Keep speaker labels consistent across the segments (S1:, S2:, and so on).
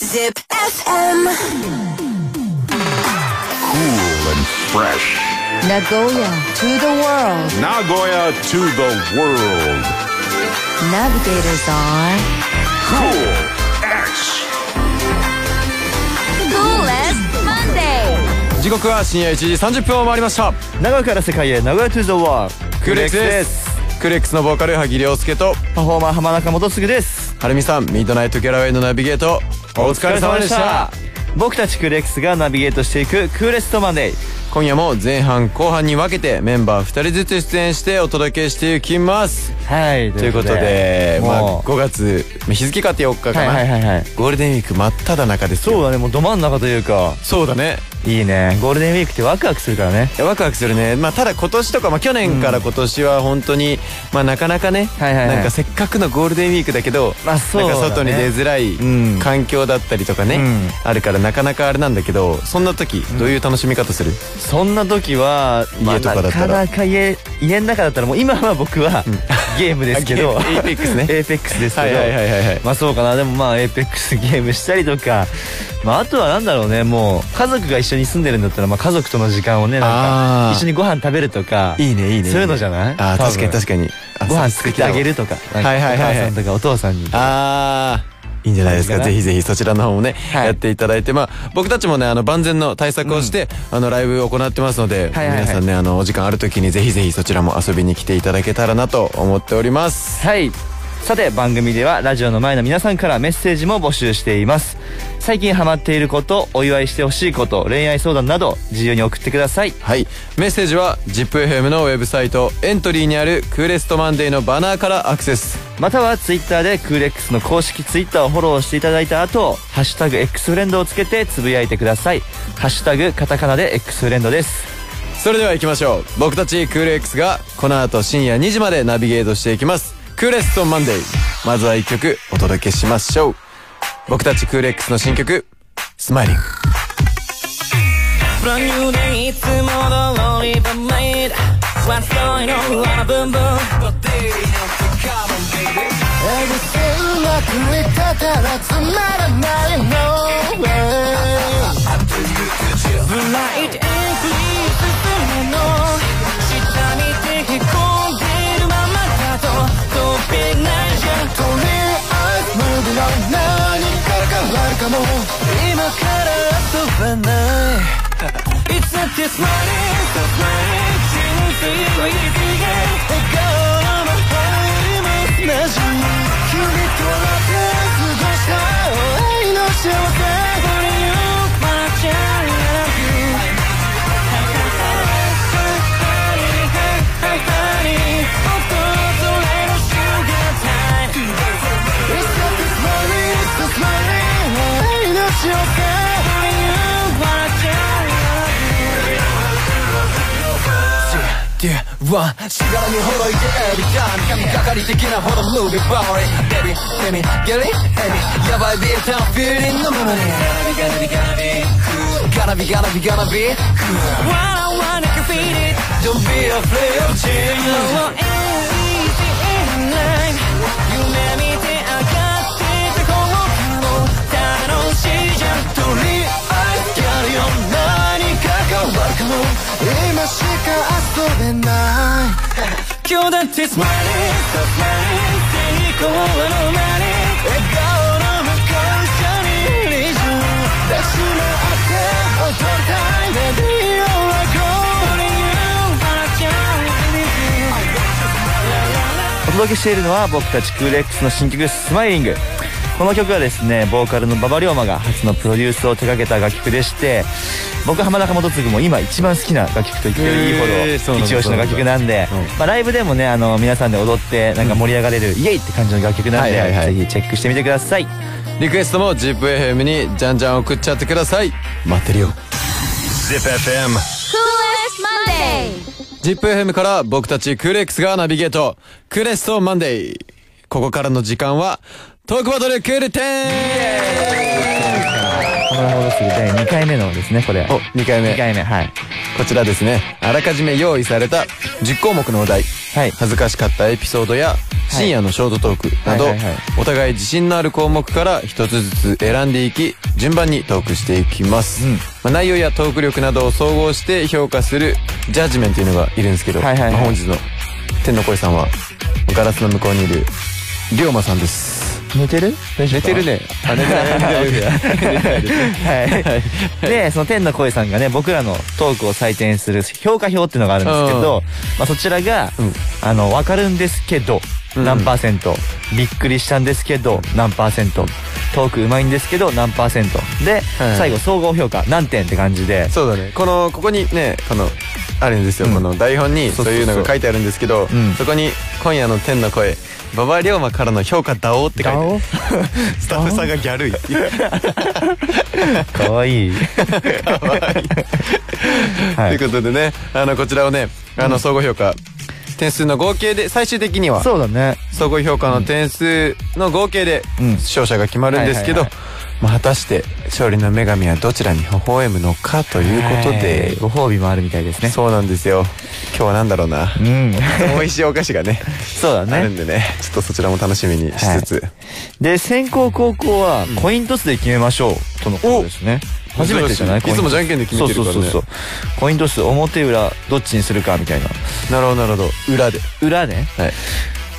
S1: Zip FM.
S2: cool and fresh.
S1: Nagoya to the world.
S2: Nagoya to the world.
S1: Navigators are
S2: Cool X.
S1: cool as Monday.
S3: 時刻は深夜1時30分を回りました
S4: 長くから世界へ名古屋トゥーザワー
S3: クレックスですクレックスのボーカル萩亮介と
S4: パフォーマー浜中元嗣です
S3: はるみさんミートナイトギャラウェイのナビゲートお疲れ様でした
S4: 僕たちクレックスがナビゲートしていくクーレストマンデー
S3: 今夜も前半後半に分けてメンバー2人ずつ出演してお届けしていきます
S4: はい
S3: ということで、まあ、
S4: もう
S3: 5月まあ日付かって4日かな、
S4: はいはいはいはい
S3: ゴールデンウィーク真っ只中ですよ
S4: そうだねもうど真ん中というか
S3: そうだね
S4: いいねゴールデンウィークってワクワクするからね
S3: いやワクワクするね、まあ、ただ今年とか、まあ、去年から今年は本当に、まあ、なかなかね、
S4: はいはいはい
S3: なんかせっかくのゴールデンウィークだけど、
S4: まあそうだね
S3: なんか外に出づらい
S4: うん
S3: 環境だったりとかね、
S4: うん
S3: あるからなかなかあれなんだけどそんな時どういう楽しみ方する、
S4: そんな時はまあ
S3: 家とかだったら
S4: なかなか家家の中だったらもう今は僕はゲームですけ ど
S3: あゲーム Apex ね
S4: Apex ですけど
S3: はいはいはいはいはい
S4: まあそうかなでもまあ Apex ゲームしたりとかまああとはなんだろうねもう家族が一緒に住んでるんだったらまあ家族との時間をね
S3: あー
S4: なんか一緒にご飯食べるとか
S3: いいねいいね
S4: そういうのじゃない
S3: あー
S4: 多分
S3: 確かに確かにあ
S4: ご飯作ってあげるとかなんか
S3: はいはいはいはい
S4: お母さんとかお父さんに
S3: ああいいんじゃないです
S4: いい
S3: か
S4: んじゃな
S3: ぜ
S4: い
S3: ひぜひそちらの方もね、
S4: はい
S3: やっていただいてまあ僕たちもねあの万全の対策をして、あのライブを行ってますので、
S4: はいはいはい
S3: 皆さんねあのお時間ある時にぜひぜひそちらも遊びに来ていただけたらなと思っております
S4: はいさて番組ではラジオの前の皆さんからメッセージも募集しています最近ハマっていることお祝いしてほしいこと恋愛相談など自由に送ってください
S3: はいメッセージは ZIPFM のウェブサイトエントリーにあるクーレストマンデーのバナーからアクセス
S4: またはツイッターでクーレックスの公式ツイッターをフォローしていただいた後ハッシュタグ X フレンドをつけてつぶやいてくださいハッシュタグカタカナで X フレンドです
S3: それでは行きましょう僕たちクール X がこの後深夜2時までナビゲートしていきますクーレストマンデーまずは1曲お届けしましょう僕たちクール X の新曲スマイリング
S5: Brand new day いつも通り But made What's going on? Wanna boom boom
S6: えぐせうまくいったたらつまらないの way
S5: ブライトエンクリー進むの下見てへこんでるままだと飛べないじゃん
S6: とりあえず無理な何から変わるかも
S5: 今から遊ばない It's not this morning, this morning 人生の意義が笑顔の範囲も同じ
S6: 君とだけ過ごした愛の幸せ It's not this morning, it's this morning 愛の幸せ
S5: しがらみほどいて every time 神がかり的なほど movie boy baby baby get it baby やばいビータン feeling のままに gonna be gonna be gonna be gonna be gonna be wanna wanna can feel it don't be afraid of change もう永遠ない夢見て上がっててこうかも楽しいじゃん
S6: とりあえずやるよ何か変わるかも今しか遊べない
S5: 今日だってスマイルスマイル成功はのまに笑顔の向こうにリ
S6: 抱
S5: ズム
S6: きしめ合って踊りたいレディオはゴール
S4: お届けしているのは僕たちクーレックスの新曲「スマイリング」この曲はですねボーカルの馬場龍馬が初のプロデュースを手掛けた楽曲でして僕浜中元次も今一番好きな楽曲と言ってもいいほ
S3: へーそうな
S4: ど
S3: んだ
S4: 一押しの楽曲なんで、
S3: そうなんだ
S4: まあ、ライブでもねあの皆さんで踊ってなんか盛り上がれる、イエイって感じの楽曲なんで、
S3: はいはいはい
S4: ぜひチェックしてみてください
S3: リクエストも ZIPFM にじゃんじゃん送っちゃってください待ってるよ
S2: Zip FM.
S1: Cool as Monday.
S3: ZIPFM から僕たちクール X がナビゲートクーレストマンデーここからの時間はトークバトルクール10
S4: 浜中元次第2回目のですねこれ
S3: お2回目
S4: 2回目はい
S3: こちらですねあらかじめ用意された10項目のお題
S4: はい
S3: 恥ずかしかったエピソードや深夜のショートトークなど、
S4: はいはいはい
S3: お互い自信のある項目から一つずつ選んでいき順番にトークしていきます、
S4: うん
S3: まあ、内容やトーク力などを総合して評価するジャッジメンというのがいるんですけど、
S4: はいはいはい
S3: まあ本日の天の声さんはガラスの向こうにいる龍馬さんです
S4: 寝てる
S3: 寝てるねあ寝て ない寝てない
S4: はい。で、その天の声さんがね、僕らのトークを採点する評価表っていうのがあるんですけど、まあそちらが、あの、わかるんですけど、何パーセント、びっくりしたんですけど、何パーセント、トークうまいんですけど、何パーセント。で、
S3: はい
S4: 最後、総合評価、何点って感じで、
S3: そうだねこのここにねこのあるんですよ、この台本に
S4: そうそう
S3: そ
S4: そ
S3: うういうのが書いてあるんですけどそ
S4: ん
S3: こに「今夜の天の声馬場龍馬からの評価だお」って書いてある スタッフさんがギャルい
S4: かわいい。は
S3: とい。
S4: いう
S3: ことでねあのこちらをねあの総合評価点数の合計で最終的には
S4: そうだね。
S3: 総合評価の点数の合計で
S4: うん
S3: 勝者が決まるんですけど
S4: はいは
S3: まあ果たして勝利の女神はどちらに微笑むのかということ
S4: は
S3: で
S4: いご褒美もあるみたいですね。
S3: そうなんですよ今日は何だろうな
S4: うん。
S3: 美味しいお菓子がね
S4: そうだ
S3: ある
S4: ね
S3: ん。でねちょっとそちらも楽しみにしつつ、
S4: で、先行高校は、コイントスで決めましょう、とのことですね。
S3: お
S4: 初めてじゃない
S3: 珍しいいつもじゃんけんで決めてるからね
S4: そうそうそうそう。コイントス、表裏、どっちにするか、みたいな。
S3: なるほどなるほど裏で
S4: 裏ね。
S3: はい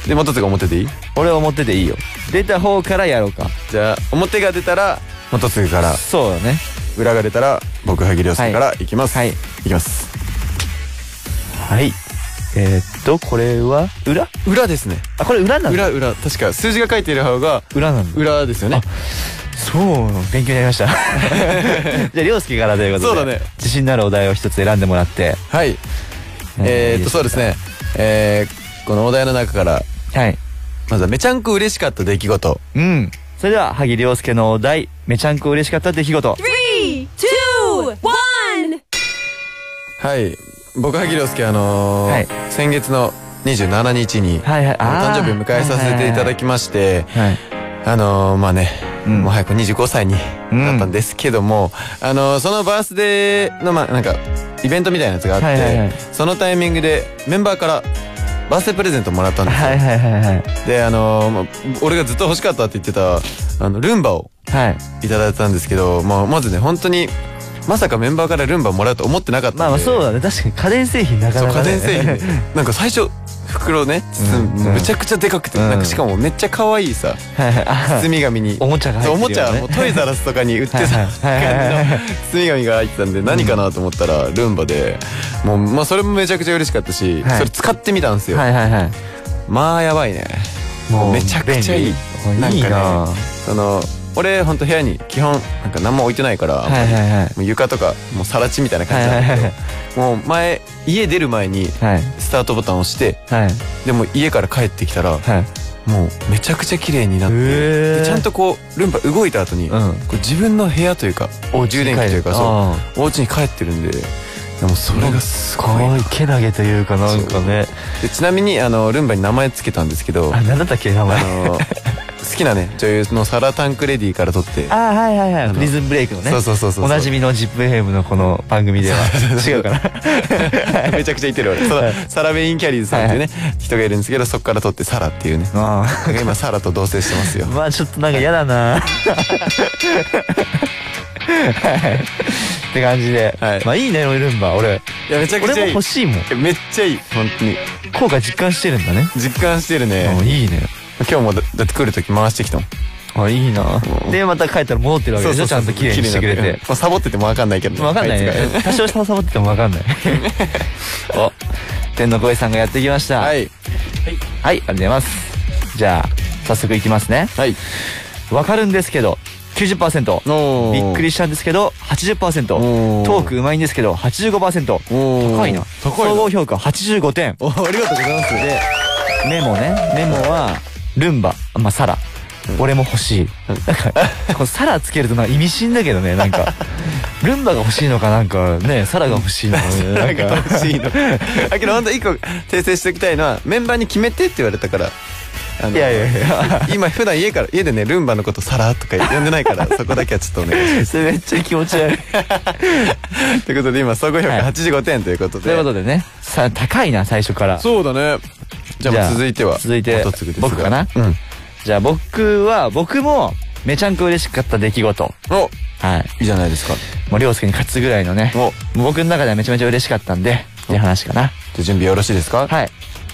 S3: で元手が表でいい
S4: 俺表でいいよ。出た方からやろうか。
S3: じゃあ表が出たら元次から
S4: そうだね。
S3: 裏が出たら僕萩亮介からいきます
S4: はい
S3: いきます
S4: はい。えー、っと、これは、裏
S3: 裏ですね
S4: あ、これ裏なんだ。。
S3: 裏裏確か数字が書いてる方が
S4: 裏なんだ。
S3: 裏ですよね
S4: そう、勉強になり ました。じゃあ、りょうすけからということで。
S3: そうだね。
S4: 自信のあるお題を一つ選んでもらって。
S3: はいえー、っとそうですねえー、このお題の中から
S4: はい。
S3: まずはめちゃんこ嬉しかった出来事
S4: うん。それでは、萩りょうすけのお題、めちゃんこ嬉しかった出来事。
S1: Three, two, one.
S3: はい僕萩亮介あのー
S4: はい
S3: 先月の27日に、
S4: はいはい。
S3: あの誕生日を迎えさせていただ
S4: き。
S3: きまして、
S4: はい。
S3: あのー、まあね、
S4: うん
S3: もう早く25歳に
S4: うん
S3: なったんですけども、あのー、そのバースデーの、まあ、なんか、イベントみたいなやつがあって、
S4: はいはいはい
S3: そのタイミングでメンバーからバースデープレゼントもらったんですよ。
S4: はいはいはいはい。
S3: で、あのーまあ俺がずっと欲しかったって言ってた、あの、ルンバを
S4: はい。
S3: いただいたんですけど、まあ、まずね、本当に、まさかメンバーからルンバもらうと思ってなかったんで。
S4: まあまあそうだね。確かに家電製品なか
S3: そう
S4: なか、
S3: 家
S4: ね。
S3: 電製品でなんか最初袋ね包む
S4: うんうん
S3: むちゃくちゃでかくて、
S4: うん
S3: なんかしかもめっちゃ可愛いさ
S4: はいはいあ。
S3: 包み紙に
S4: おもちゃが
S3: そうお
S4: 入
S3: も
S4: って
S3: ち
S4: るよ
S3: ゃ
S4: ね。
S3: もうトイザらスとかに売ってた感じ
S4: はいはいはいは
S3: の
S4: い
S3: 包み紙が入ってたんで何かなと思ったらルンバでもうまあそれもめちゃくちゃ嬉しかったし、
S4: はい
S3: それ使ってみたんですよ、
S4: はいはいはい。
S3: まあやばいねもうめちゃくちゃいい
S4: 便利いいな
S3: なんかねその俺ほんと部屋に基本なんか何も置いてないから、
S4: はいはいはい。
S3: もう床とかもう更地みたいな感じなんだけど、
S4: はい
S3: もう前家出る前に
S4: はい。
S3: スタートボタンを押して
S4: はい。
S3: でも家から帰ってきたら
S4: はい。
S3: もうめちゃくちゃ綺麗になって、
S4: え
S3: でちゃんとこうルンバ動いた後に、
S4: うん
S3: こう自分の部屋というか充電器というかそうお家に帰ってるんででもそれがすごい
S4: か
S3: な
S4: わいいけなげというかなんかね。
S3: でちなみにあのルンバに名前つけたんですけど
S4: あ、
S3: あ
S4: なんだったっけ名前。
S3: の好きなね女優のサラ・タンクレディから撮って
S4: あはいはいはい。
S3: の
S4: プリズンブレイクのね。
S3: そうそうそうそう
S4: おなじみの ZIPFM のこの番組では。違うかな。
S3: めちゃくちゃ言ってる俺サラサラ・ベイン・キャリーズさんっていうね人がいるんですけどそこから撮ってサラっていう ね
S4: ああ。
S3: なんか今サラと同棲してますよ
S4: まあちょっとなんか嫌 だな はいって感じで、
S3: はい
S4: まあいいねルンバ俺
S3: いやめちゃく
S4: 俺
S3: ちゃ
S4: も
S3: いい
S4: 欲しいもん
S3: めっちゃいい本当に
S4: 効果実感してるんだね
S3: 実感してるね
S4: あいいね
S3: 今日もだだって来る時回してきたもん
S4: あいいなでまた帰ったら戻ってるわけでしょちゃんと綺麗にしてくれ
S3: 綺麗になってまあサボってても分かんないけど
S4: わかんないね
S3: あいつが
S4: 多少下サボってても わかんないお天の声さんがやってきました
S3: はい
S4: はい、ありがとうございますじゃあ早速いきますね
S3: はい
S4: わかるんですけど
S3: お
S4: 90%
S3: ー
S4: びっくりしたんですけど80%
S3: おー
S4: トークうまいんですけど85%
S3: おー
S4: 高いな
S3: 高いな
S4: 総合評価85点
S3: おありがとうございます
S4: でメモねメモはルンバまあサラ俺も欲しいなんかこのサラつけるとなんか意味深だけ どねなんかルンバが欲しいのかなんかねサラが欲しいのか
S3: な
S4: な んん
S3: か
S4: か
S3: 楽しいの だけど本当一個訂正しておきたいのはメンバーに決めてって言われたからあの
S4: いやいやいや
S3: 今普段家から家でねルンバのことサラとか呼んでない からそこだけはちょっとお願いしま
S4: それめっちゃ気 持ち悪い
S3: すということで今総合評価
S4: はい
S3: 85点ということ
S4: と
S3: で、
S4: いうことでねさ高いな最初から
S3: そうだねじゃあもう続いては
S4: 続いて
S3: 元次ですが
S4: 僕かな
S3: うん
S4: じゃあ僕は僕もめちゃんこ嬉しかった出来事
S3: おい
S4: はい
S3: いじゃないですか
S4: もう涼介に勝つぐらいのね
S3: お
S4: 僕の中ではめちゃめちゃ嬉しかったんでっていう話か
S3: じ
S4: な
S3: ゃあ準備よろしいですか
S4: はい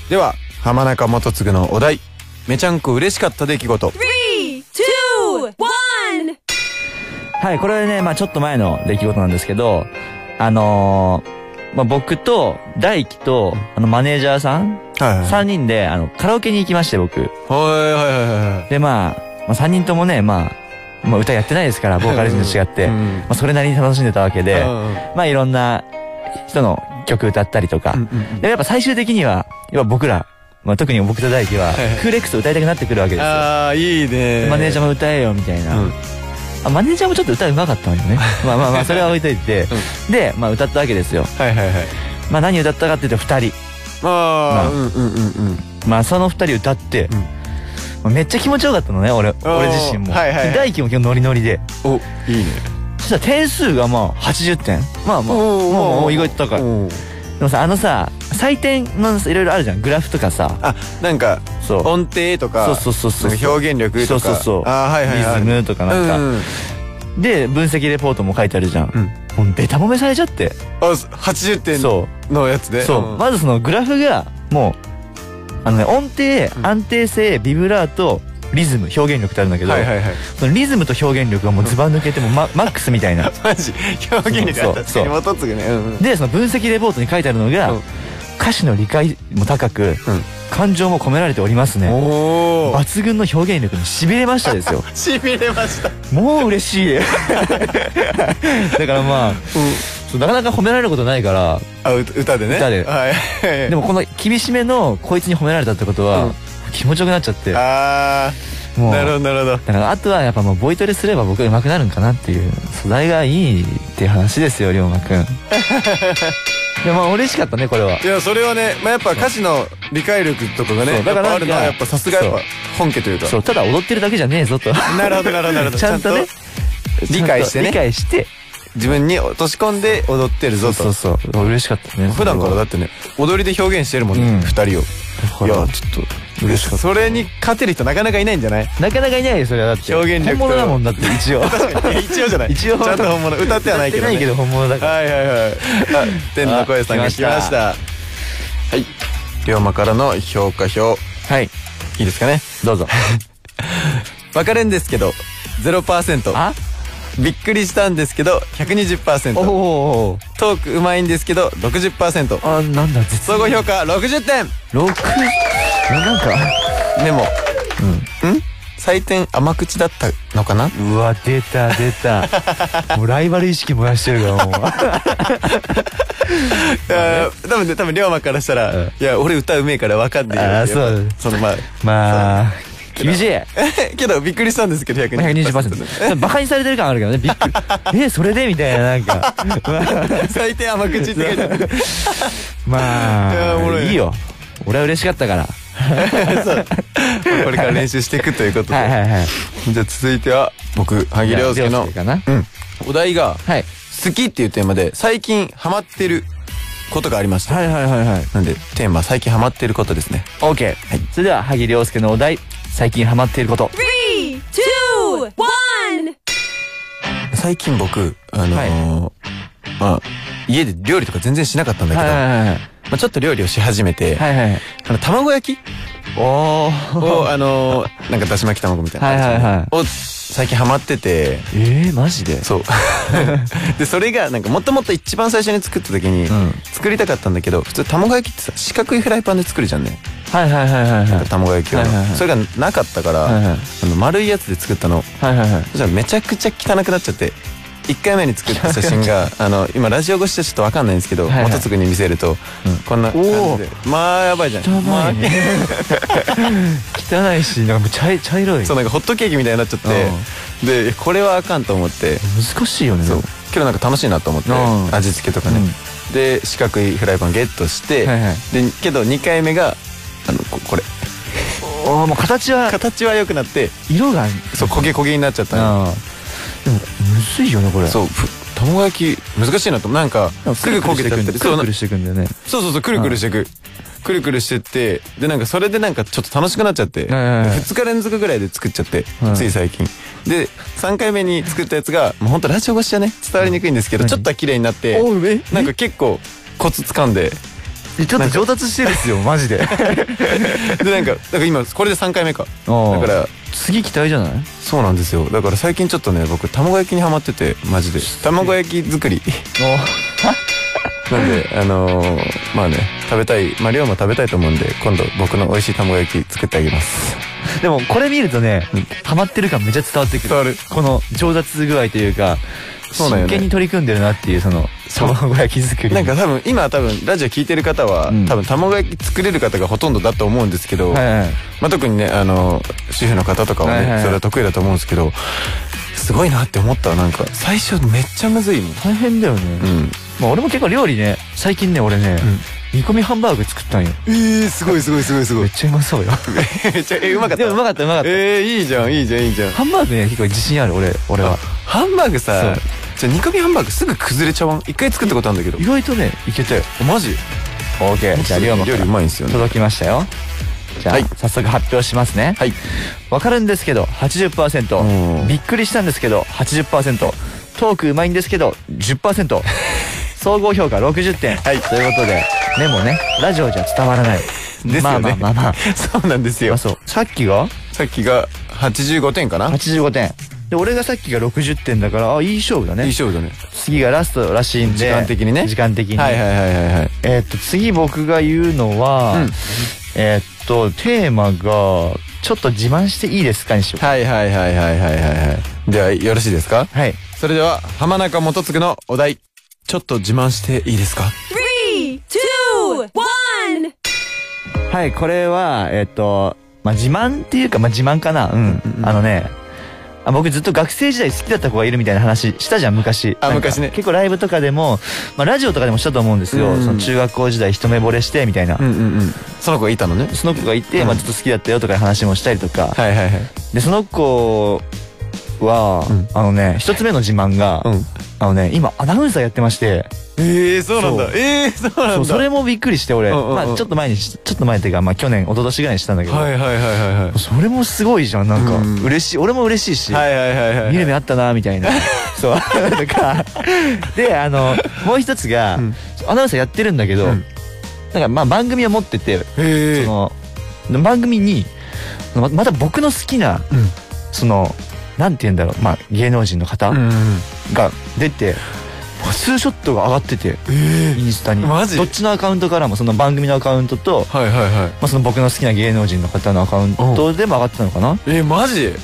S3: では浜中元次のお題めちゃんこ嬉しかった出来事
S1: Three, two, one.
S4: はい、これね、まあちょっと前の出来事なんですけど、あのー、まあ僕と大輝と、あのマネージャーさん、
S3: はいはい
S4: 3人で、あの、カラオケに行きまして、僕。
S3: はいはいはいはい
S4: で、まあ、まあ3人ともね、まあ、まあ歌やってないですから、ボーカル人と違って、
S3: うん
S4: まあそれなりに楽しんでたわけで、
S3: うん
S4: まあいろんな人の曲歌ったりとか、でやっぱ最終的には、やっぱ僕ら、まあ特に僕と大輝は、クーレックスを歌いたくなってくるわけですよ。
S3: ああいいね
S4: マネージャーも歌えよみたいな、
S3: うん
S4: あマネージャーもちょっと歌うまかったのよ ねまあまあまあそれは置いといて、で、まあ、歌ったわけですよ、
S3: はいはいはい
S4: まあ、何歌ったかっていうと2人、
S3: ああ
S4: まあ
S3: うんうんうんうん
S4: まあ、その2人歌って、まあめっちゃ気持ちよかったのね俺俺自身も、
S3: はいはいはい
S4: で大輝も今日ノリノリで
S3: おいいね
S4: そしたら点数がまあ80点まあまあ
S3: おー
S4: もう意外と高いで
S3: おー
S4: もさあのさ採点のいろいろあるじゃんグラフとかさ
S3: あなんか
S4: そう
S3: 音程とか
S4: そうそうそうそう
S3: なんか表現力とか
S4: そうそうそう
S3: あーはいはいはい
S4: リズムとかなんか
S3: うんうん
S4: で分析レポートも書いてあるじゃん、もうベタ褒めされちゃって
S3: あす80点
S4: そう
S3: のやつで
S4: そう、
S3: ん
S4: まずそのグラフがもうあのね音程、安定性ビブラートリズム表現力ってあるんだけど、
S3: はいはいはい
S4: そのリズムと表現力がもうずば抜けてもうママックスみたいな
S3: マジ表現力
S4: そう
S3: は確かに
S4: そ
S3: 元次ねうんうん
S4: でその分析レポートに書いてあるのが、
S3: うん
S4: 歌詞の理解も高く、感情も込められておりますね
S3: おお
S4: 抜群の表現力にしびれましたですよ
S3: しびれました
S4: もう嬉し いだからまあ、そうなかなか褒められることないから
S3: あう歌でね
S4: 歌で
S3: はい
S4: でもこの厳しめのこいつに褒められたってことは、
S3: うん
S4: 気持ちよくなっちゃって
S3: ああ
S4: もう
S3: なるほどなるほど
S4: だからあとはやっぱもうボイトレすれば僕は上手くなるんかなっていう素材がいいっていう話ですよ龍馬 くんいやまあ嬉しかったねこれはい
S3: やそれはね、まあ、やっぱ歌詞の理解力とかがね
S4: そうだ
S3: や
S4: か
S3: っぱ
S4: ら
S3: あるのは
S4: なん
S3: や
S4: か
S3: っぱさすがやっぱ本家というか
S4: そうただ踊ってるだけじゃねえぞと
S3: なるほどなるほどなる ほど
S4: ちゃんとね
S3: 理解してね
S4: 理解して
S3: 自分に落とし込んで踊ってるぞと
S4: そうそうそう嬉しかったね
S3: 普段からだってね踊りで表現してるもん
S4: うん
S3: ね、二人を
S4: から
S3: いやちょっと嬉しかったそれに勝てる人なかなかいないんじゃない
S4: なかなかいないよそれはだって
S3: 表現力と
S4: 本物だもんだって 一応
S3: 確かにいや一応じゃない
S4: 一応
S3: ちゃんと本物歌ってはないけど、ね、
S4: ないけど本物だ から
S3: はいはいはいあ天の声さんが来ましたはい龍馬からの評価表
S4: はい
S3: いいですかね
S4: どうぞ
S3: わかるんですけど0%
S4: あ
S3: びっくりしたんですけど
S4: お
S3: 120%
S4: お
S3: トークうまいんですけど60%
S4: あなんだ絶
S3: 総合評価60点
S4: 6なんか
S3: でもうん採点甘口だったのかな
S4: うわ出た出たもうライバル意識燃やしてるからもう
S3: あー多分ね多分龍馬からしたら、いや俺歌うめえから分かんねえよ
S4: あー
S3: ってやっぱ
S4: そ
S3: そのまあ
S4: まあ、厳しい。
S3: けどびっくりしたんですけど120%
S4: 120%。バカにされてる感あるけどね、びっくり。 え、それでみたいな、なんか。
S3: 採点甘口って書いてあ るいや
S4: ま
S3: おも
S4: あ、
S3: ろい
S4: いいよ。俺は嬉しかったから。
S3: これから練習していくということで
S4: はいはいはい。
S3: じゃあ続いては僕萩亮介の
S4: 涼かな。
S3: うんお題が
S4: はい。
S3: 好きっていうテーマで最近ハマってることがありました。
S4: いはいはいはい。
S3: なんで、テーマ最近ハマってることですね。
S4: OK。それでは、萩涼介のお題、最近ハマっていること。
S1: Three, two, one.
S3: 最近僕、あのー
S4: は
S3: まあ、家で料理とか全然しなかったんだけ
S4: は
S3: ど、
S4: いはいはい。
S3: まあ、ちょっと料理をし始めて、
S4: はいはい。
S3: あの、卵焼き
S4: おー。
S3: を、あのーなんかだし巻き卵みたいな
S4: はいはいはい
S3: を最近ハマってて、
S4: えー、マジで
S3: そう。で、それが、なんか、もともと一番最初に作った時に、
S4: ん
S3: 作りたかったんだけど、普通卵焼きってさ、四角いフライパンで作るじゃんね。
S4: はいはいはいはいはい。
S3: 卵焼きを、
S4: はいはいはい
S3: それがなかったから、
S4: はいはい
S3: あの丸いやつで作ったの
S4: はいはいはい。
S3: そしたらめちゃくちゃ汚くなっちゃって1回目に作った写真 があの今ラジオ越しでちょっと分かんないんですけど、
S4: はいはい
S3: 元次に見せると、こんな感じ
S4: お
S3: でまあやばいじゃんまあ
S4: 汚いね。汚いし、なんかもう茶茶色い。
S3: そうなんかホットケーキみたいになっちゃってでこれはあかんと思って
S4: 難しいよね。
S3: そうけどなんか楽しいなと思って
S4: うん
S3: 味付けとかね、で四角いフライパンゲットして、
S4: はいはい
S3: でけど2回目があのここれ
S4: おーもう形は
S3: 形は良くなって
S4: 色が
S3: そう焦げ焦げになっちゃったの
S4: ああでもむずいよねこれ
S3: そうふ卵焼き難しいなとなんかすぐ焦げちゃったり
S4: く
S3: そう
S4: る
S3: な
S4: くるしてくんだよね。
S3: そうそうそうくるくるしてくくるくるしてってでなんかそれでなんかちょっと楽しくなっちゃって
S4: はいはいはい
S3: 2日連続ぐらいで作っちゃって
S4: はい
S3: つい最近で3回目に作ったやつがもうほんとラジオ越しじゃね伝わりにくいんですけど
S4: 何
S3: ちょっとは綺麗になって
S4: おうえ
S3: なんか結構コツ掴んで
S4: ちょっと上達してるっすよ、マジで。 だか
S3: でなんかなんか今これで3回目かだから
S4: ら、次期待じゃない
S3: そうなんですよだから最近ちょっとね僕卵焼きにハマっててマジで卵焼き作 りなんであのー、まあね食べたいまあ量も食べたいと思うんで今度僕の美味しい卵焼き作ってあげます
S4: でもこれ見るとね、ハマってる感めちゃ伝わってくる。
S3: 伝わる
S4: この上達具合というか、
S3: そうなんよね
S4: 真剣に取り組んでるなっていう、その、卵焼き作り。
S3: なんか多分今多分ラジオ聞いてる方は、
S4: うん
S3: 多分卵焼き作れる方がほとんどだと思うんですけど、
S4: はいはい。
S3: まあ、特にねあの主婦の方とかはね、
S4: はいはいはい
S3: それは得意だと思うんですけどすごいなって思ったなんか最初めっちゃむずいもん
S4: 大変だよね。
S3: うん
S4: まあ俺も結構料理ね、最近ね、俺ね、煮込みハンバーグ作ったんよ。
S3: えー、すごいすごいすごいすご
S4: めっちゃうまそうよ。
S3: めっちゃえうまかった
S4: でもうまかったうまかった。
S3: えー、いいじゃんいいじゃんいいじゃん
S4: ハンバーグね、結構自信ある、俺、俺は。
S3: ハンバーグさ
S4: そう
S3: じゃあ煮込みハンバーグすぐ崩れちゃわん一回作ったことあるんだけ
S4: 意
S3: ど
S4: 外とね、いけたよ。
S3: マジ
S4: オーケー。じゃあ、りょうまか
S3: 料
S4: ら
S3: 理うまいんですよね
S4: 届きましたよ。じゃあ、
S3: はい
S4: 早速発表しますね。
S3: はい
S4: わかるんですけど、
S3: うん
S4: 80%。びっくりしたんですけど、80%。トークうまいんですけど、10%。総合評価60点。はい。ということで、メモね、ラジオじゃ伝わらない。
S3: ですよね
S4: まあまあまあまあ。
S3: そうなんですよ
S4: あそう。さっきが
S3: さっきが85点かな
S4: 85点。で、俺がさっきが60点だから、あ、いい勝負だ
S3: いい
S4: ね。
S3: 勝負だね
S4: 次がラストらしいんで。
S3: 時間的にね
S4: 時間的に。
S3: はいはいはいはいはい
S4: えーっと、次僕が言うのは、
S3: うん
S4: えーっと、テーマが、ちょっと自慢していいですかにしよう。
S3: はいはいはいはいはいはいはいではよろしいですか
S4: はい。
S3: それでは浜中元次のお題ちょっと自慢していいですか
S1: Three, two, one.
S4: はい、これは、えーっと、まあ、自慢っていうか、まあ、自慢かな。うん。あのね、あ僕ずっと学生時代好きだった子がいるみたいな話したじゃん、昔。
S3: あ
S4: なんか
S3: 昔ね
S4: 結構ライブとかでも、まあ、ラジオとかでもしたと思うんですよ。
S3: うん
S4: その中学校時代一目惚れして、みたいな。
S3: うんうんうんその子がいたのね
S4: その子がいて、まあ、ずっと好きだったよとかいう話もしたりとか。
S3: はいはいはい
S4: で、その子は、
S3: うん
S4: あのね、一つ目の自慢が、
S3: うん
S4: あのね、今アナウンサーやってまして、
S3: ええそうなんだ
S4: そう
S3: ええそうなん
S4: そ
S3: だ
S4: うそれもびっくりして俺、
S3: うんうんうん
S4: まあちょっと前にし、ちょっと前っていうか、まあ去年、一昨年ぐらいにしたんだけど、
S3: はいはいはいはいはい
S4: それもすごいじゃん、なんか、
S3: うん
S4: 嬉しい、俺も嬉しいし、
S3: はいはいはいはいはい
S4: 見る目あったな、みた いな。そう、とか、で、あの、もう一つが、
S3: ん
S4: アナウンサーやってるんだけど、
S3: うん
S4: なんかまあ番組を持ってて、
S3: へえ
S4: その、番組に、ままた僕の好きな、
S3: うん
S4: その、なんて言うんだろう、まあ芸能人の方、
S3: うんうん
S4: が出て、ツーショットが上がってて、インスタに。
S3: マジ
S4: どっちのアカウントからも、その番組のアカウントと、
S3: はいはいはい
S4: まあ、その僕の好きな芸能人の方のアカウントでも上がってたのかな、
S3: えー、マジうん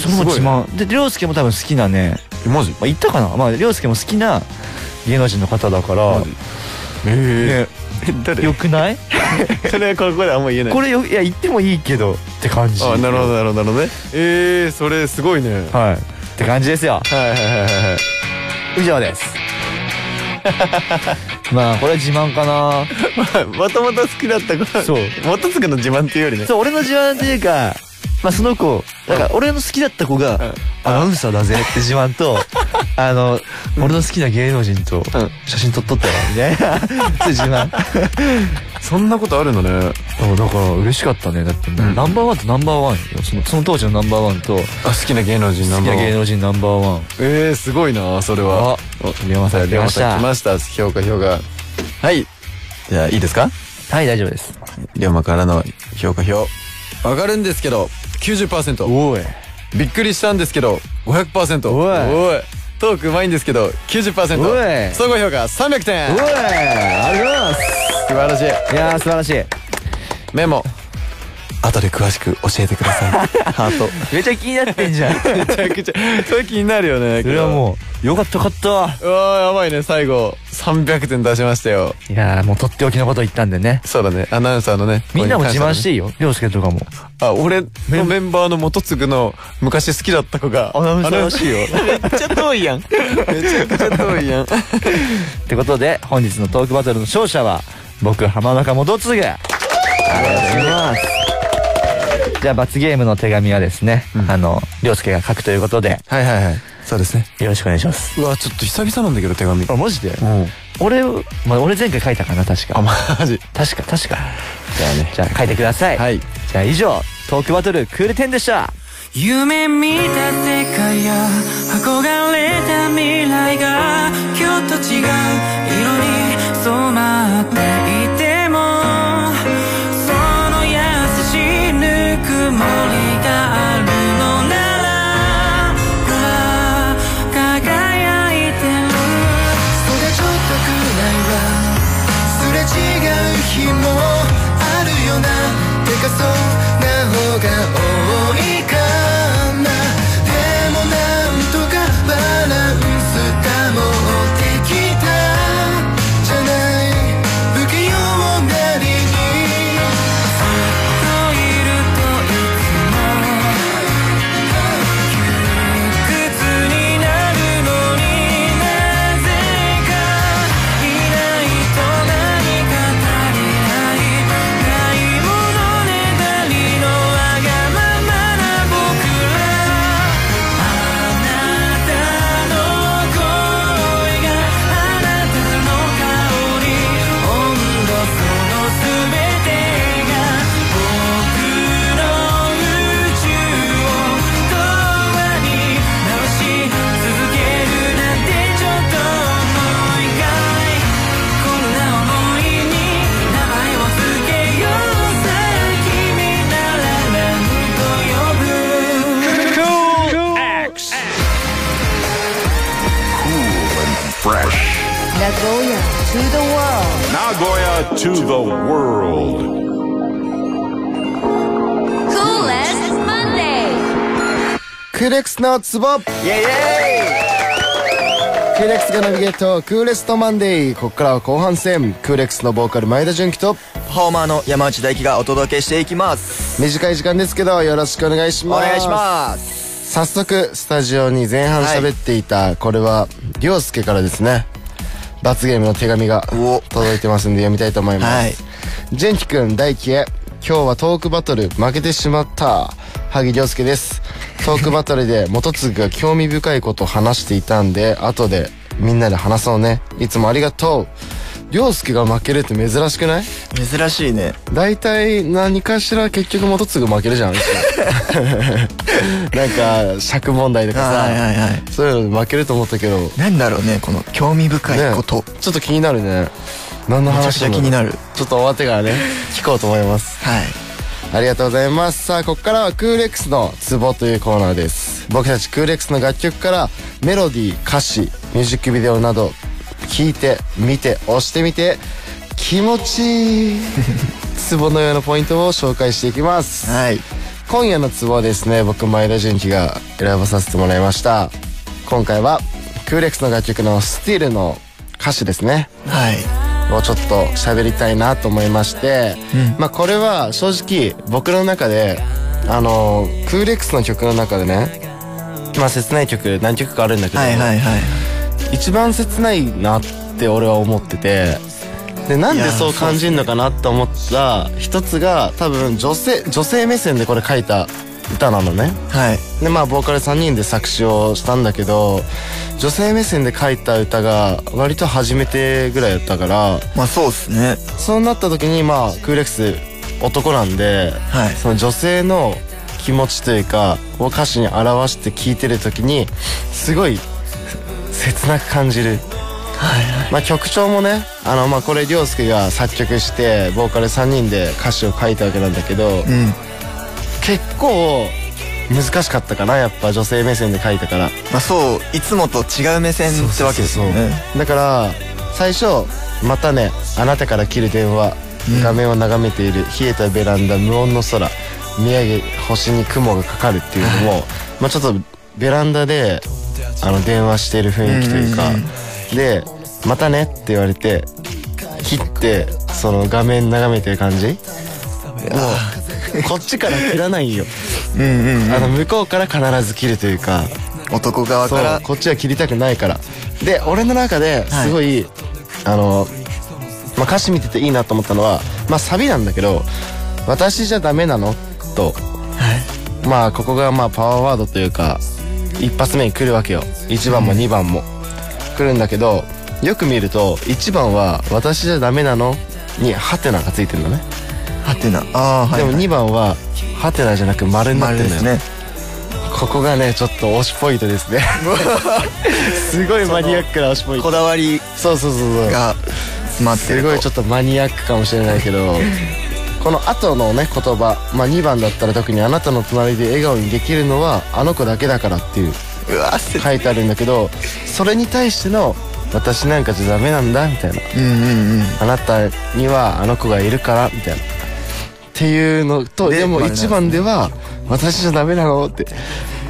S4: それも自慢。で、りょうすけも多分好きなね、
S3: えマジ
S4: まあ、言ったかなまあ、りょうすけも好きな芸能人の方だから、
S3: マジえ
S4: ね、
S3: え誰
S4: よくない
S3: それはここであんま言えな
S4: これよ、いや、言ってもいいけど、って感じ。
S3: あなるほどなるほどなるほどねええそれすごいね
S4: はい。って感じですよ。
S3: はいはいはいはいはい
S4: 以上です。 まあ、これは自慢かな
S3: まともと好きだった子
S4: そう
S3: 元次の自慢っていうよりね
S4: そう、俺の自慢というか、まあ、その子、だから俺の好きだった子が、アナウンサーだぜって自慢 と、あの、俺の好きな芸能人と
S3: ん
S4: 写真撮っとったわ、みたいな。 そういう自慢。
S3: そんなことあるのね
S4: そうだから嬉しかったね。だって、
S3: ん
S4: ナンバーワンとナンバーワンよ。そのその当時のナンバーワンと、好
S3: あ好きな芸能人ナ
S4: き
S3: ンバー
S4: な
S3: ワン
S4: 芸能人ナンバーワン。
S3: えー、すごいなそれ
S4: あ
S3: は、
S4: りょうまさん
S3: りょう
S4: 来ま
S3: ま
S4: し
S3: さん
S4: た
S3: 来。ました評価評価はいじゃあいいですか
S4: はい、大丈夫です。
S3: 龍馬からの評価表わかるんですけど90%
S4: おい。
S3: びっくりしたんですけど500%
S4: おい
S3: おいトークうまいんですけど90%
S4: おい
S3: 総合評価300
S4: おい
S3: 点
S4: ありがとうございます
S3: 素晴らしい
S4: いやー、素晴らしい。
S3: メモ後で詳しく教えてくださいハート
S4: めっちゃ気になってん じゃん。そ
S3: めちゃくちゃそれ気になるよね
S4: れはもう、よかったよかった。
S3: うわーやばいね最後300点出しましたよ
S4: いやー、もうとっておきのこと言ったんでね。
S3: そうだねアナウンサーのね
S4: みんなも自慢してていいよ。りょうすけとかも。
S3: あ俺のメンバーの元次の昔好きだった子が
S4: アナウンサーらしいよ
S3: アナウンサーめっちゃ遠いやんめちゃくちゃ遠いやん
S4: ってことで、本日のトークバトルの勝者は、僕、浜中元次。ありがとうございます。じゃあ、罰ゲームの手紙はですね、あの、りょうすけが書くということで、
S3: はいはいはい。ターですね
S4: よろしくお願いします。
S3: うわちょっと久々なんだけど手紙
S4: あ、マジで
S3: うん
S4: 俺、まあ、俺前回書いたかな、確か。
S3: あマジ
S4: 確か、確か。じゃあね。じゃあ書いてください。
S3: はい
S4: じゃあ以上、トークバトルクール10でした。
S5: 夢見た世界や憧れた未来が今日と違う色に染まっていてもその優しいぬくもりがあるのなら輝いてる
S6: それちょっとくらいはすれ違う日もあるよなてかそうな方が多いかなでもなんとかバランス保ってきたじゃない不器用なりに
S5: ずっといるといつもキュートな靴になるのになぜかいないと何か足りないないものねだりのわがままな僕らあなたの声があなたの香りが温度その全てが僕の宇宙を永遠に直し続けるなんてちょっと思いがいこんな想いに名前を付けようさ君なら何と呼ぶ
S2: Cool X. Cool and fresh.
S1: Nagoya to the world.
S2: Nagoya to the world.
S1: Coolest Monday.
S7: クーレックスのツボク
S4: イェイイェイ
S7: ーレックスがナビゲートクーレストマンデーここからは後半戦クーレックスのボーカル前田純喜と
S4: パフォーマーの山内大輝がお届けしていきます。
S7: 短い時間ですけどよろしくお願いし
S4: お
S7: ます
S4: 願いします。
S7: す早速スタジオに前半喋っていた、これは涼介からですね罰ゲームの手紙が届いてますんで読みたいと思います、
S4: はい
S7: 純喜くん大輝へ今日はトークバトル負けてしまった萩涼介ですトークバトルで元次が興味深いことを話していたんで後でみんなで話そうねいつもありがとう涼介が負けるって珍しくない
S4: 珍しいね。
S7: 大体何かしら結局元次負けるじゃんうち らなんか尺問題とかさ、
S4: いはい。
S7: そういうの負けると思ったけど、ね、
S4: なんだろうね、この興味深いこと。
S7: ちょっと気になるね何の
S4: めちゃく
S7: 話
S4: ちゃ気に
S7: る
S4: なる。
S7: ちょっと終わってからね聞こうと思います
S4: はい。
S7: ありがとうございますさあここからはクーレックスのツボというコーナーです僕たちクーレックスの楽曲からメロディー歌詞ミュージックビデオなど聞いて見て押してみて気持ちいい ツボのようなポイントを紹介していきます
S4: はい。
S7: 今夜のツボはですね僕前田純喜が選ばさせてもらいました今回はクーレックスの楽曲の「スティールの歌詞ですね
S4: はい。
S7: をちょっと喋りたいなと思いまして、まあこれは正直僕の中であのクーレックスの曲の中でねまあ切ない曲何曲かあるんだけど、
S4: いはい。
S7: 一番切ないなって俺は思っててでなんでそう感じるのかなって思った一つが多分女性女性目線でこれ書いた歌なのね
S4: はい。
S7: でまあボーカル3人で作詞をしたんだけど女性目線で書いた歌が割と初めてぐらいだったから
S4: まあそうっすね。
S7: そうなった時にまあクーレックス男なんで、
S4: はい
S7: その女性の気持ちというかを歌詞に表して聴いてる時にすごい切なく感じる、まあ、曲調もねあのまあこれ涼介が作曲してボーカル3人で歌詞を書いたわけなんだけど、
S4: うん。
S7: 結構難しかったかなやっぱ女性目線で書いたから
S4: まあそう、いつもと違う目線ってわけですよね。
S7: だから最初「またねあなたから切る電話」画面を眺めている冷えたベランダ無音の空見上げ星に雲がかかるっていうのも、まあ、ちょっとベランダであの電話している雰囲気というか、で「またね」って言われて切ってその画面眺めてる感じもうこっちから切らないよあの向こうから必ず切るというか
S4: 男側
S7: そう
S4: から。
S7: こっちは切りたくないからで俺の中ですごい、あの、まあ、歌詞見てていいなと思ったのは、まあ、サビなんだけど「私じゃダメなの?」と、まあここがまあパワーワードというか一発目に来るわけよ1番も2番も来るんだけどよく見ると1番は「私じゃダメなの?」に「ハテナがついてるのね、
S8: はてなああはい、はい、
S7: でも2番は「ハテナじゃなく丸になっ
S8: 丸
S7: て
S8: で
S7: るのよ、
S8: すね
S7: ここがねちょっと推しポイントですね すごいマニアックな推しポイント
S8: こだわり
S7: そうそうそうそう
S8: が詰まって
S7: す
S8: ると
S7: ごいちょっとマニアックかもしれないけ どこの後のね言葉、まあ、2番だったら特に「あなたの隣で笑顔にできるのはあの子だけだから」っていう
S8: うわせ
S7: 書いてあるんだけどそれに対しての「私なんかじゃダメなんだ」みたいな
S8: うんうんうん
S7: 「あなたにはあの子がいるから」みたいなっていうのと
S8: で
S7: でも
S8: まあね
S7: 1番では「私じゃダメなの?」って「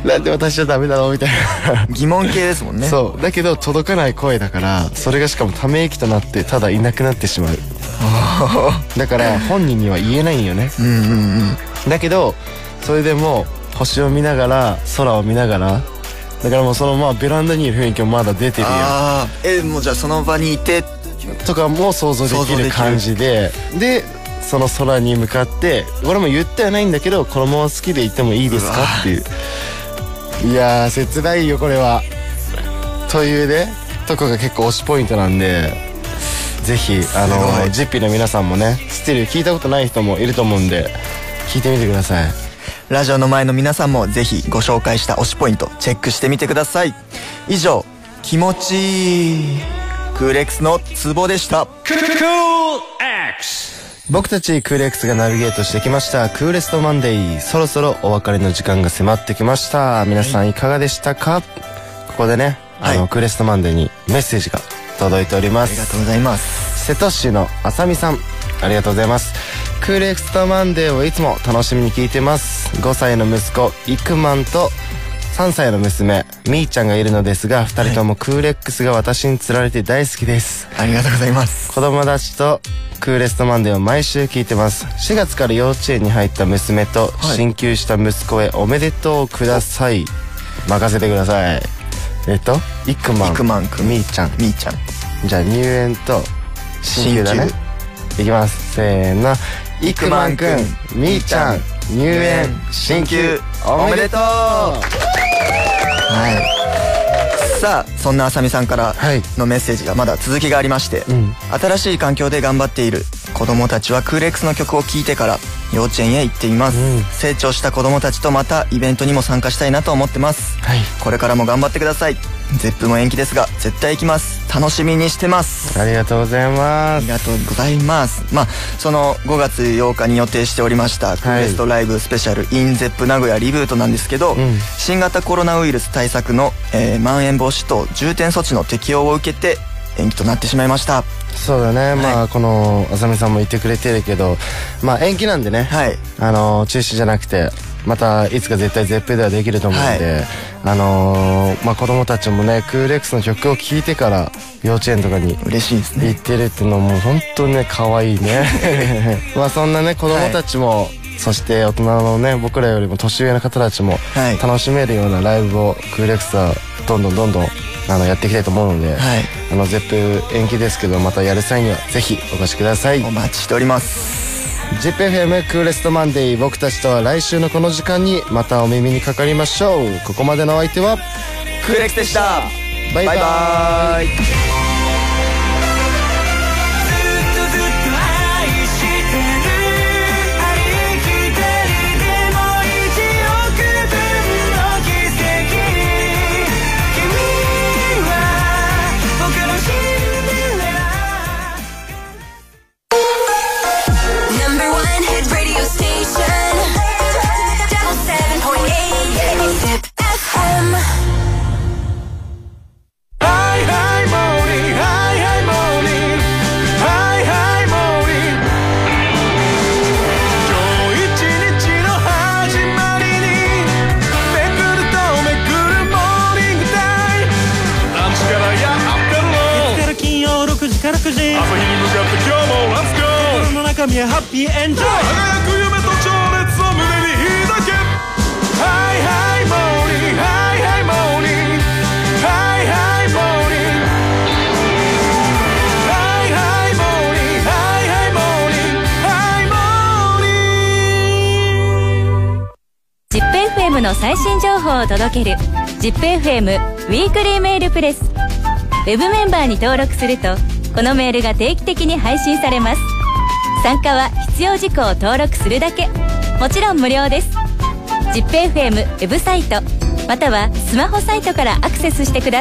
S7: なんで私じゃダメなの?」みたいな
S8: 疑問系ですもんね
S7: そうだけど届かない声だからそれがしかもため息となってただいなくなってしま うだから本人には言えないんよね
S8: ううんうんうん
S7: だけどそれでも星を見ながら空を見ながらだからもうそのまあベランダにいる雰囲気もまだ出てるや
S8: ああえもうじゃあその場にいて
S7: んとかも想像で
S8: 想像
S7: き
S8: でき
S7: る
S8: る
S7: 感じででその空に向かって俺も言ってはないんだけどこのまま好きでいてもいいですかっていういやー切ないよこれはというねとこが結構推しポイントなんでぜひあのジッピーの皆さんもねスティル聞いたことない人もいると思うんで聞いてみてください
S8: ラジオの前の皆さんもぜひご紹介した推しポイントチェックしてみてください以上気持ちいいクーレックスのツボでした
S7: 僕たちクール X がナビゲートしてきましたクーレストマンデーそろそろお別れの時間が迫ってきました皆さんいかがでしたか、ここでねあの、
S8: はい
S7: クーレストマンデーにメッセージが届いておりま
S8: ありがと
S7: す
S8: うございます
S7: 瀬戸市のあさみさんありがとうございますクールエクストマンデーをいつも楽しみに聞いてます5歳の息子イクマンと3歳の娘みーちゃんがいるのですが2人ともクール X が私に釣られて大好きです
S8: ありがとうございます
S7: 子供たちとクーレストマンデーを毎週聞いてます4月から幼稚園に入った娘と
S8: い
S7: 進級した息子へおめでとうください、任せてくださいえっとイクマン
S8: イクマンくん
S7: みーちゃん
S8: みーちゃん
S7: じゃあ入園と進級だね
S8: 進
S7: いきますせーのイク
S8: ク
S7: マ
S8: マ
S7: ン
S8: ン
S7: く
S8: く
S7: ん
S8: ん
S7: みーちゃん入園進級おめでとう
S8: はいさあそんなあさみさんから
S7: はい
S8: のメッセージがまだ続きがありまして、
S7: ん
S8: 新しい環境で頑張っている子供たちはクーレックスの曲を聴いてから幼稚園へ行っています、成長した子供たちとまたイベントにも参加したいなと思ってます、
S7: はい
S8: これからも頑張ってくださいゼップも延期ですが絶対行きます楽しみにしてます
S7: ありがとうございま
S8: あ
S7: す
S8: りがとうございます。まあ、その5月8日に予定しておりました、クエストライブスペシャル in ゼップ名古屋リブートなんですけど、新型コロナウイルス対策の、えーまん延防止等重点措置の適用を受けて延期となってしまいました。
S7: そうだね、まあこのあさみさんも言ってくれてるけどまあ延期なんでね、
S8: はい。
S7: あの中止じゃなくてまたいつか絶対絶平ではできると思うんで、
S8: は
S7: あのーまあ、子供たちもねクール X の曲を聴いてから幼稚園とかに
S8: 嬉しいですね。
S7: 行ってるっていうのも本当にね可愛い ねまあそんなね子供たちも、そして大人のね僕らよりも年上の方たちも
S8: はい
S7: 楽しめるようなライブをクール X はどんどんどんどんあのやっていきたいと思うので、
S8: はい
S7: あの絶プ延期ですけどまたやる際にはぜひお越しください
S8: お待ちしております。
S7: ZIPFM クーレストマンデー僕たちとは来週のこの時間にまたお耳にかかりましょうここまでのお相手は
S8: クレックスでした
S7: バイバ
S8: バイバーイ
S5: ずっとずっと愛してるありきたりでも一億分の奇跡君は他のシンデレラ
S1: Number one hit radio station. Double seven point eight. Zip FM.
S5: 月から金曜6時から9時心の中身はハッピーエンジョイ
S1: ジップ FM の最新情報を届ける ZIPFM ウィークリーメールプレスウェブメンバーに登録するとこのメールが定期的に配信されます参加は必要事項を登録するだけもちろん無料です ZIPFM ウェブサイトまたはスマホサイトからアクセスしてください